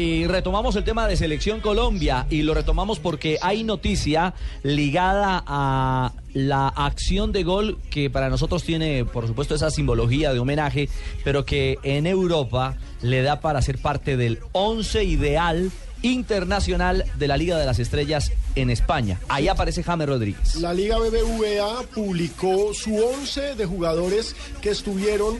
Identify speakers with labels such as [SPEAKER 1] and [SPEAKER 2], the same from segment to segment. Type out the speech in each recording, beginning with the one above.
[SPEAKER 1] Y retomamos el tema de Selección Colombia y lo retomamos porque hay noticia ligada a la acción de gol que para nosotros tiene, por supuesto, esa simbología de homenaje, pero que en Europa le da para ser parte del once ideal internacional de la Liga de las Estrellas en España. Ahí aparece James Rodríguez.
[SPEAKER 2] La Liga BBVA publicó su 11 de jugadores que estuvieron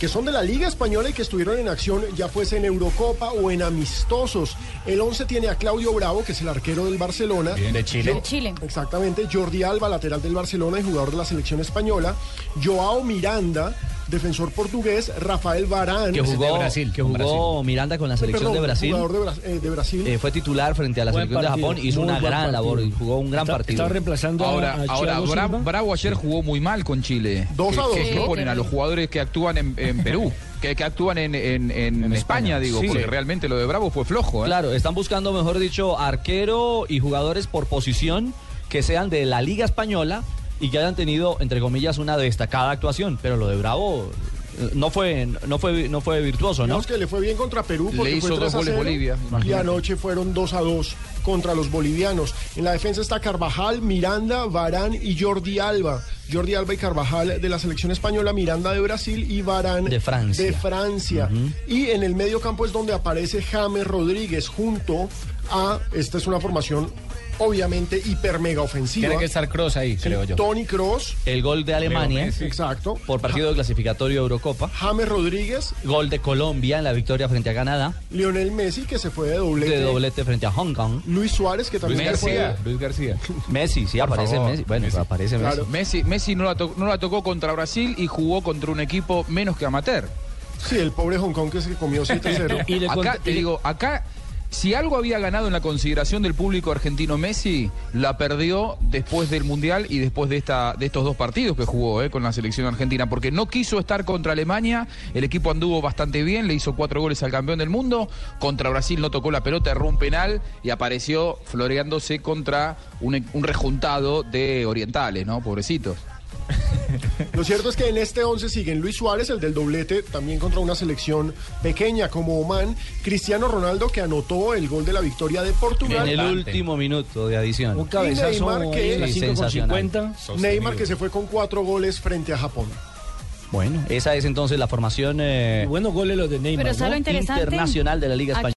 [SPEAKER 2] que son de la Liga Española y que estuvieron en acción ya fuese en Eurocopa o en amistosos. El 11 tiene a Claudio Bravo, que es el arquero del Barcelona.
[SPEAKER 3] de Chile.
[SPEAKER 2] Jo- Exactamente. Jordi Alba, lateral del Barcelona y jugador de la selección española. Joao Miranda, defensor portugués. Rafael Varane.
[SPEAKER 3] Que jugó-
[SPEAKER 2] Eh,
[SPEAKER 3] de Brasil,
[SPEAKER 1] que
[SPEAKER 3] con
[SPEAKER 1] jugó Miranda con la selección
[SPEAKER 2] perdón,
[SPEAKER 1] de Brasil.
[SPEAKER 2] Jugador de, Bra- eh, de Brasil.
[SPEAKER 1] Eh, fue titular frente a la
[SPEAKER 4] Buen
[SPEAKER 1] selección
[SPEAKER 4] partido,
[SPEAKER 1] de Japón, hizo
[SPEAKER 4] muy
[SPEAKER 1] una
[SPEAKER 4] buen
[SPEAKER 1] gran labor,
[SPEAKER 4] partido.
[SPEAKER 1] jugó un gran
[SPEAKER 4] Está-
[SPEAKER 1] partido.
[SPEAKER 4] Está reemplazando a,
[SPEAKER 5] Ahora,
[SPEAKER 4] a
[SPEAKER 5] ahora
[SPEAKER 4] Thiago
[SPEAKER 5] Bra-
[SPEAKER 4] Silva.
[SPEAKER 5] Bravo ayer jugó muy mal con Chile.
[SPEAKER 2] Dos
[SPEAKER 5] Que-
[SPEAKER 2] a dos,
[SPEAKER 5] que- que
[SPEAKER 2] ¿no?
[SPEAKER 5] ponen a los jugadores que actúan en, en Perú, que, que actúan en, en- en España, digo,
[SPEAKER 4] sí.
[SPEAKER 5] porque realmente lo de Bravo fue flojo. ¿eh?
[SPEAKER 1] Claro, están buscando, mejor dicho, arquero y jugadores por posición que sean de la Liga Española y que hayan tenido, entre comillas, una destacada actuación. Pero lo de Bravo eh, no fue, no fue, no fue virtuoso, ¿no?
[SPEAKER 2] Digamos que le fue bien contra Perú
[SPEAKER 5] Le
[SPEAKER 2] porque fue
[SPEAKER 5] hizo dos
[SPEAKER 2] 3 a
[SPEAKER 5] goles
[SPEAKER 2] 0,
[SPEAKER 5] Bolivia,
[SPEAKER 2] Y
[SPEAKER 5] imagínate.
[SPEAKER 2] anoche fueron 2 a 2 contra los bolivianos. En la defensa está Carvajal, Miranda, Varán y Jordi Alba. Jordi Alba y Carvajal de la selección española, Miranda de Brasil y Varán
[SPEAKER 1] De Francia.
[SPEAKER 2] de Francia. Y en el medio campo es donde aparece James Rodríguez junto a, esta es una formación obviamente hiper mega ofensiva.
[SPEAKER 4] Tiene que estar Cross ahí, creo yo.
[SPEAKER 2] Tony Cross,
[SPEAKER 1] El gol de Alemania
[SPEAKER 2] exacto.
[SPEAKER 1] por partido de clasificatorio de Eurocopa.
[SPEAKER 2] James Rodríguez,
[SPEAKER 1] Gol de Colombia en la victoria frente a Canadá.
[SPEAKER 2] Lionel Messi que se fue de
[SPEAKER 1] De doblete frente a Hong Kong.
[SPEAKER 2] Luis Suárez que también se fue de-
[SPEAKER 5] Luis García.
[SPEAKER 1] Messi, sí, aparece Messi. Bueno, aparece Messi.
[SPEAKER 2] Claro.
[SPEAKER 5] Messi, Messi no, la to- no la tocó contra Brasil y jugó contra un equipo menos que amateur.
[SPEAKER 2] Sí, el pobre Hong Kong que se comió 7-0.
[SPEAKER 4] Y le
[SPEAKER 5] Acá,
[SPEAKER 4] cont-
[SPEAKER 5] te
[SPEAKER 4] y le-
[SPEAKER 5] digo, acá, si algo había ganado en la consideración del público argentino Messi, la perdió después del Mundial y después de, esta, de estos dos partidos que jugó eh, con la selección argentina, porque no quiso estar contra Alemania, el equipo anduvo bastante bien, le hizo cuatro goles al campeón del mundo, contra Brasil no tocó la pelota, erró un penal y apareció floreándose contra un, un rejuntado de orientales, ¿no? Pobrecitos.
[SPEAKER 2] Lo cierto es que en este 11 siguen Luis Suárez, el del doblete, también contra una selección pequeña como Oman, Cristiano Ronaldo que anotó el gol de la victoria de
[SPEAKER 1] En
[SPEAKER 2] Portugal,
[SPEAKER 1] el
[SPEAKER 4] Adelante.
[SPEAKER 1] último minuto de
[SPEAKER 4] Un
[SPEAKER 1] adición.
[SPEAKER 4] cabezazo
[SPEAKER 2] Neymar, que-
[SPEAKER 4] ahí a las
[SPEAKER 1] Sí,
[SPEAKER 4] 5 con
[SPEAKER 1] sensacional.
[SPEAKER 4] 50.
[SPEAKER 2] Neymar que se fue con cuatro goles frente a Japón.
[SPEAKER 1] Bueno, esa es entonces la formación eh,
[SPEAKER 4] Y Bueno, goles los de Neymar.
[SPEAKER 6] Pero
[SPEAKER 4] ¿no?
[SPEAKER 6] ¿sabe lo interesante?
[SPEAKER 1] internacional de la Liga
[SPEAKER 6] Aquí-
[SPEAKER 1] Española.